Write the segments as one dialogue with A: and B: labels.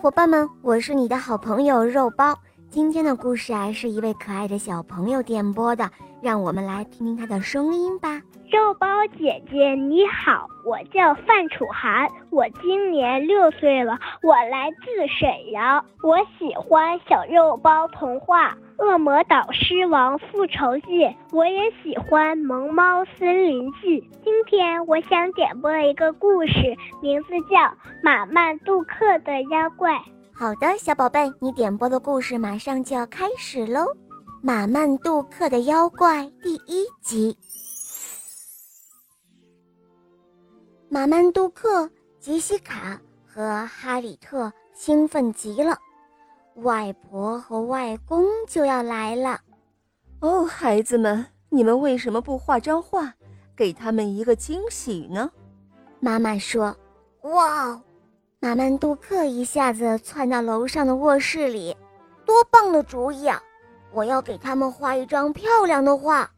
A: 伙伴们，我是你的好朋友肉包。今天的故事啊，是一位可爱的小朋友点播的，让我们来听听他的声音吧。
B: 肉包姐姐你好，我叫范楚涵，我今年六岁了，我来自沈阳，我喜欢《小肉包童话》《恶魔岛狮王复仇记》，我也喜欢《萌猫森林记》。今天我想点播一个故事，名字叫《马曼杜克的妖怪》。
A: 好的，小宝贝，你点播的故事马上就要开始喽，《马曼杜克的妖怪》第一集。马曼杜克、杰西卡和哈里特兴奋极了，外婆和外公就要来了。
C: 哦，孩子们，你们为什么不画张画，给他们一个惊喜呢？
A: 妈妈说：“哇哦！”马曼杜克一下子窜到楼上的卧室里，多棒的主意啊！我要给他们画一张漂亮的画。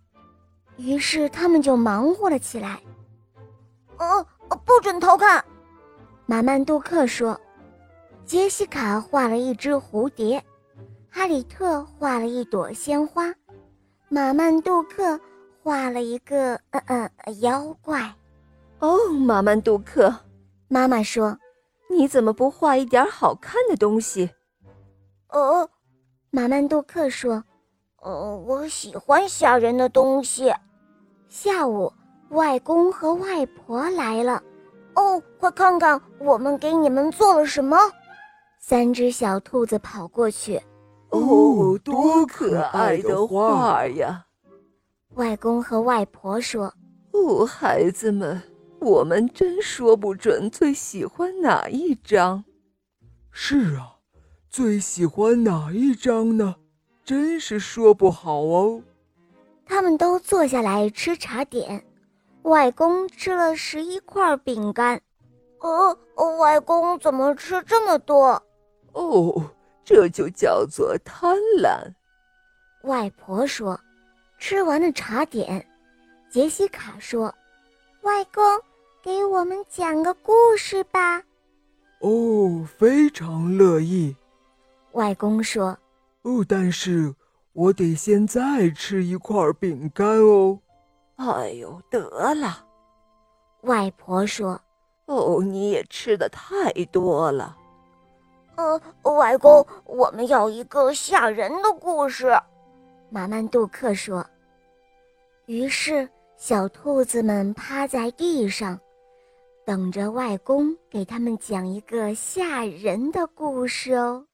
A: 于是他们就忙活了起来。
D: 哦、呃，不准偷看！
A: 马曼杜克说。杰西卡画了一只蝴蝶，哈里特画了一朵鲜花，马曼杜克画了一个呃呃妖怪。
C: 哦，马曼杜克，
A: 妈妈说：“
C: 你怎么不画一点好看的东西？”
D: 哦、呃，
A: 马曼杜克说：“
D: 呃，我喜欢吓人的东西。”
A: 下午。外公和外婆来了，
D: 哦，快看看我们给你们做了什么！
A: 三只小兔子跑过去，
E: 哦，多可爱的画呀！
A: 外公和外婆说：“
C: 哦，孩子们，我们真说不准最喜欢哪一张。”
E: 是啊，最喜欢哪一张呢？真是说不好哦。
A: 他们都坐下来吃茶点。外公吃了十一块饼干，
D: 呃、哦，外公怎么吃这么多？
C: 哦，这就叫做贪婪。
A: 外婆说：“吃完了茶点。”杰西卡说：“
F: 外公，给我们讲个故事吧。”
E: 哦，非常乐意。
A: 外公说：“
E: 哦，但是我得先再吃一块饼干哦。”
C: 哎呦，得了！
A: 外婆说：“
C: 哦，你也吃的太多了。”
D: 呃，外公，我们要一个吓人的故事。”
A: 马曼杜克说。于是，小兔子们趴在地上，等着外公给他们讲一个吓人的故事哦。